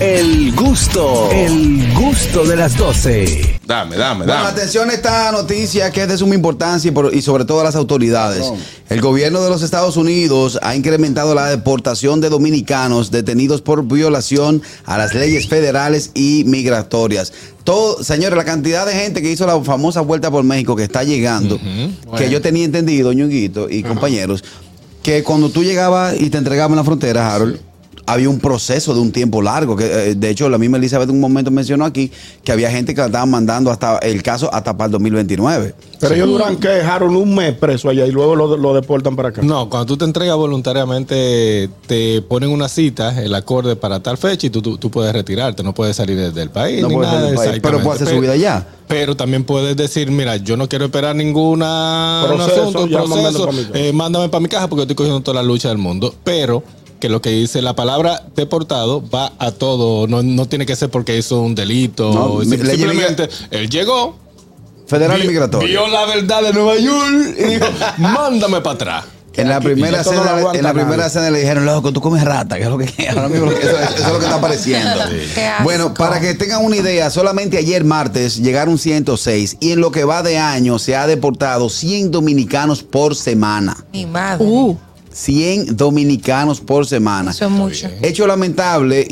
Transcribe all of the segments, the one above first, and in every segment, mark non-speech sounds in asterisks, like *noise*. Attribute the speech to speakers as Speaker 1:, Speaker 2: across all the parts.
Speaker 1: El gusto, el gusto de las 12.
Speaker 2: Dame, dame,
Speaker 3: Bueno,
Speaker 2: dame.
Speaker 3: atención a esta noticia que es de suma importancia y, por- y sobre todo a las autoridades. El gobierno de los Estados Unidos ha incrementado la deportación de dominicanos detenidos por violación a las leyes federales y migratorias. Todo, señores, la cantidad de gente que hizo la famosa vuelta por México que está llegando, que yo tenía entendido, ñonguito y compañeros, que cuando tú llegabas y te entregabas en la frontera, Harold, había un proceso de un tiempo largo. Que, eh, de hecho, la misma Elizabeth en un momento mencionó aquí que había gente que la estaban mandando hasta el caso hasta para el 2029.
Speaker 4: Pero ellos duran que dejaron un mes preso allá y luego lo, lo deportan para acá.
Speaker 5: No, cuando tú te entregas voluntariamente, te ponen una cita, el acorde para tal fecha y tú, tú, tú puedes retirarte, no puedes salir de- del país.
Speaker 3: No
Speaker 5: ni
Speaker 3: puedes
Speaker 5: nada,
Speaker 3: salir del país, pero puedes hacer su vida
Speaker 5: Exactamente.
Speaker 3: allá.
Speaker 5: Pero, pero también puedes decir, mira, yo no quiero esperar ninguna
Speaker 4: Proceso,
Speaker 5: un asunto, un
Speaker 4: ya
Speaker 5: proceso,
Speaker 4: mándalo pa' mi casa.
Speaker 5: eh, mándame para mi casa porque estoy cogiendo toda la lucha del mundo. Pero que lo que dice la palabra deportado va a todo, no, no tiene que ser porque hizo un delito.
Speaker 3: No,
Speaker 5: sim-
Speaker 3: ley
Speaker 5: simplemente él llegó,
Speaker 3: Federal y
Speaker 5: vi-
Speaker 3: migratorio.
Speaker 5: vio la verdad de Nueva York y
Speaker 3: *laughs*
Speaker 5: dijo, mándame para atrás.
Speaker 3: En la, primera
Speaker 4: eso no lo
Speaker 3: cena,
Speaker 4: aguanta
Speaker 3: en la
Speaker 4: nadie.
Speaker 3: primera cena le dijeron, loco, tú comes rata, que es lo que *laughs* ahora mismo lo que- eso, eso es lo que está apareciendo.
Speaker 6: Qué asco.
Speaker 3: Bueno, para que tengan una idea, solamente ayer martes llegaron 106 y en lo que va de año se ha deportado 100 dominicanos por semana.
Speaker 6: Mi madre.
Speaker 7: Uh,
Speaker 3: 100 dominicanos por semana.
Speaker 6: eso es mucho.
Speaker 3: Hecho lamentable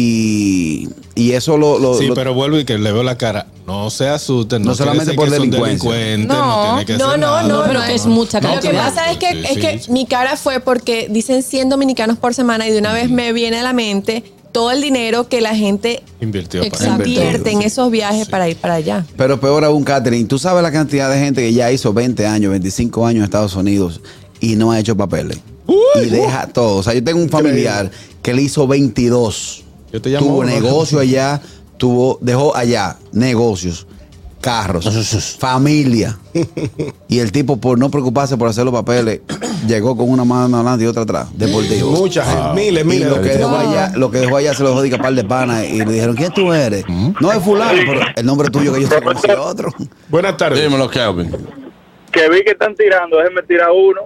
Speaker 3: y, y, y eso lo... oh, lo-
Speaker 5: Sí,
Speaker 3: lo-
Speaker 5: pero vuelvo y que le veo la cara. No se asusten. No,
Speaker 3: No
Speaker 5: quiere decir
Speaker 3: solamente por
Speaker 5: que son
Speaker 3: delincuencia.
Speaker 5: delincuentes,
Speaker 6: No,
Speaker 5: tiene que
Speaker 7: no,
Speaker 5: ser
Speaker 7: no,
Speaker 5: nada.
Speaker 7: no, pero que es mucha
Speaker 5: No,
Speaker 7: Lo que
Speaker 5: claro.
Speaker 7: pasa es que,
Speaker 5: Sí,
Speaker 7: es
Speaker 5: sí,
Speaker 7: que
Speaker 5: sí.
Speaker 7: mi cara fue porque dicen 100 dominicanos por semana y de una vez me viene a la mente todo el dinero que la gente
Speaker 5: Invirtió para-
Speaker 7: invierte en esos viajes para ir para allá.
Speaker 3: Pero peor aún, Catherine, tú sabes la cantidad de gente que ya hizo 20 años, 25 años en Estados Unidos y no ha hecho papeles.
Speaker 5: uh.
Speaker 3: y deja todo. O sea, yo tengo un familiar que le hizo 22.
Speaker 5: Yo te llamo
Speaker 3: tuvo
Speaker 5: ahora.
Speaker 3: negocio allá, tuvo, dejó allá negocios, carros, familia. y el tipo, por no preocuparse por hacer los papeles, llegó con una mano adelante y otra atrás, deportivo.
Speaker 4: Muchas,
Speaker 3: Ah,
Speaker 4: gente, miles,
Speaker 3: Y
Speaker 4: miles.
Speaker 3: lo que,
Speaker 4: de
Speaker 3: dejó
Speaker 4: gente.
Speaker 3: allá, lo que dejó allá se lo dejó de que par de panas y le dijeron, ¿quién tú eres? No es fulano, pero el nombre tuyo que yo te conocí es otro.
Speaker 4: Buenas tardes.
Speaker 2: Dímelo, Kelvin.
Speaker 8: que vi que están tirando, déjenme tirar uno.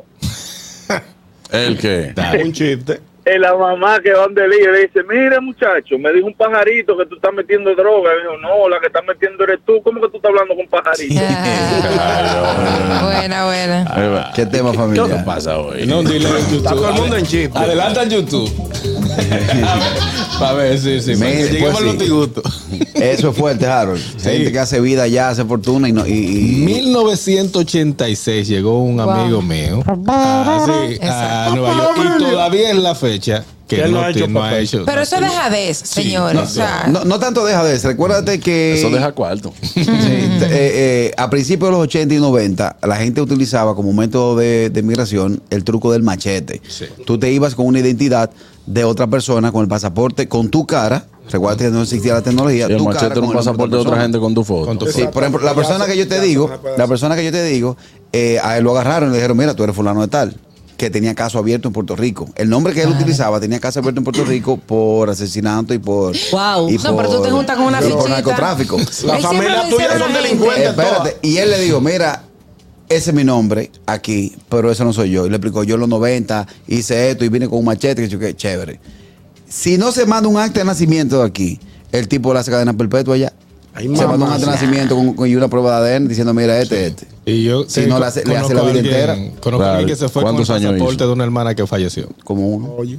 Speaker 2: ¿El qué?
Speaker 4: Un chiste.
Speaker 8: Eh, la mamá que va donde él y le dice, mira muchacho, me dijo un pajarito que tú estás metiendo droga. Y dijo, no, la que estás metiendo eres tú. ¿Cómo que tú estás hablando con un pajarito?
Speaker 6: Ah, *laughs* buena, buena.
Speaker 2: Ahí va.
Speaker 3: ¿Qué tema
Speaker 2: ¿Qué es lo
Speaker 3: familiar?
Speaker 2: que pasa hoy?
Speaker 5: No, dile en YouTube.
Speaker 4: Está todo el mundo en chip.
Speaker 5: Adelanta en YouTube. Para ver, sí, sí.
Speaker 3: Mira,
Speaker 5: Lleguemos
Speaker 3: pues
Speaker 5: al
Speaker 3: sí.
Speaker 5: notigusto.
Speaker 3: *laughs* Eso es fuerte, Harold. Gente que hace vida allá, hace fortuna y no. Y, y-
Speaker 5: 1986 llegó un
Speaker 6: Wow.
Speaker 5: amigo mío a, sí, a
Speaker 6: Exacto.
Speaker 5: Nueva York y todavía es la fecha que,
Speaker 4: Que él
Speaker 5: no,
Speaker 4: no ha
Speaker 5: te-
Speaker 4: hecho
Speaker 5: no ha
Speaker 4: papel.
Speaker 5: hecho.
Speaker 6: Pero eso es dejadez, señores.
Speaker 5: no,
Speaker 6: o sea,
Speaker 3: no, no tanto deja de eso. Recuérdate que.
Speaker 2: Eso deja cuarto.
Speaker 3: Sí, te- eh, eh, a principios de los 80 y 90, la gente utilizaba como método de, de migración el truco del machete. Tú te ibas con una identidad de otra persona, con el pasaporte, con tu cara. Recuerda que no existía la tecnología.
Speaker 2: Y el
Speaker 3: tu
Speaker 2: machete
Speaker 3: cara
Speaker 2: era un
Speaker 3: con el nombre
Speaker 2: pasaporte de otra
Speaker 3: persona.
Speaker 2: gente con tu foto.
Speaker 5: Con tu-
Speaker 3: Sí, por ejemplo, la
Speaker 4: Ya
Speaker 3: persona
Speaker 4: se-
Speaker 3: que yo te
Speaker 4: ya
Speaker 3: digo,
Speaker 4: se me puede
Speaker 3: la
Speaker 4: hacer.
Speaker 3: persona que yo te digo, eh, a él lo agarraron y le dijeron, mira, tú eres fulano de tal, que tenía caso abierto en Puerto Rico. El nombre que él utilizaba tenía caso abierto en Puerto Rico por asesinato y por...
Speaker 7: Wow.
Speaker 3: y
Speaker 6: No, pero tú te juntas con una
Speaker 3: y por
Speaker 6: fichita.
Speaker 3: narcotráfico.
Speaker 4: La
Speaker 6: Ahí siempre
Speaker 4: familia
Speaker 6: lo
Speaker 4: tuya son
Speaker 6: hicieron la gente.
Speaker 4: delincuentes todas.
Speaker 3: Eh, Espérate, y él le dijo, mira, ese es mi nombre aquí, pero ese no soy yo. Y le explicó, yo en los 90 hice esto y vine con un machete, que yo, qué chévere. Si no se manda un acta de nacimiento de aquí, el tipo le hace cadena perpetua ya.
Speaker 4: Ay,
Speaker 3: se manda un
Speaker 4: mamá.
Speaker 3: acta de nacimiento con, con- y una prueba de ADN diciendo, mira, este, este.
Speaker 5: Y yo
Speaker 3: Si
Speaker 5: sí,
Speaker 3: no,
Speaker 5: con-
Speaker 3: le hace- le hace la
Speaker 5: conozco a
Speaker 3: vida
Speaker 5: alguien-
Speaker 3: entera.
Speaker 5: Conozco a alguien que
Speaker 2: Claro.
Speaker 5: se fue con el
Speaker 2: ¿Cuántos años
Speaker 5: pasaporte
Speaker 2: hizo?
Speaker 5: de una hermana que falleció.
Speaker 3: Como uno.
Speaker 4: Oye.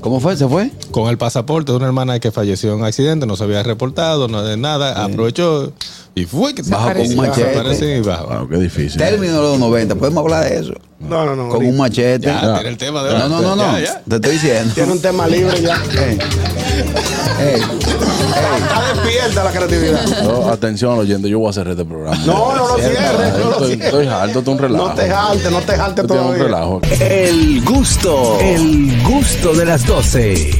Speaker 3: ¿Cómo fue? ¿Se fue?
Speaker 5: Con el pasaporte de una hermana que falleció en un accidente, no se había reportado, no de nada, aprovechó y fue que se
Speaker 3: Bajo con
Speaker 5: apareció,
Speaker 3: un machete.
Speaker 5: se apareció y bajó.
Speaker 2: Wow, Ah, qué difícil.
Speaker 3: Término de los 90, podemos hablar de eso.
Speaker 4: No, no, no.
Speaker 3: con un machete.
Speaker 5: Ya,
Speaker 2: Ya.
Speaker 5: tiene el tema de
Speaker 3: no, no, no, no.
Speaker 5: Ya, *laughs* ya.
Speaker 3: Te estoy diciendo.
Speaker 4: Tiene un tema libre
Speaker 3: *laughs*
Speaker 4: ya.
Speaker 3: Ey. Ey.
Speaker 4: Está despierta la
Speaker 3: *laughs*
Speaker 4: creatividad.
Speaker 2: No, atención, oyente, yo voy a hacer este programa.
Speaker 4: No, no lo cierres, no lo
Speaker 2: Estoy-
Speaker 4: cierres.
Speaker 2: Estoy harto, esto es un relajo.
Speaker 4: No te jalte, no te jalte
Speaker 2: Esto es un
Speaker 4: todavía.
Speaker 2: relajo.
Speaker 1: El gusto, el gusto de las 12.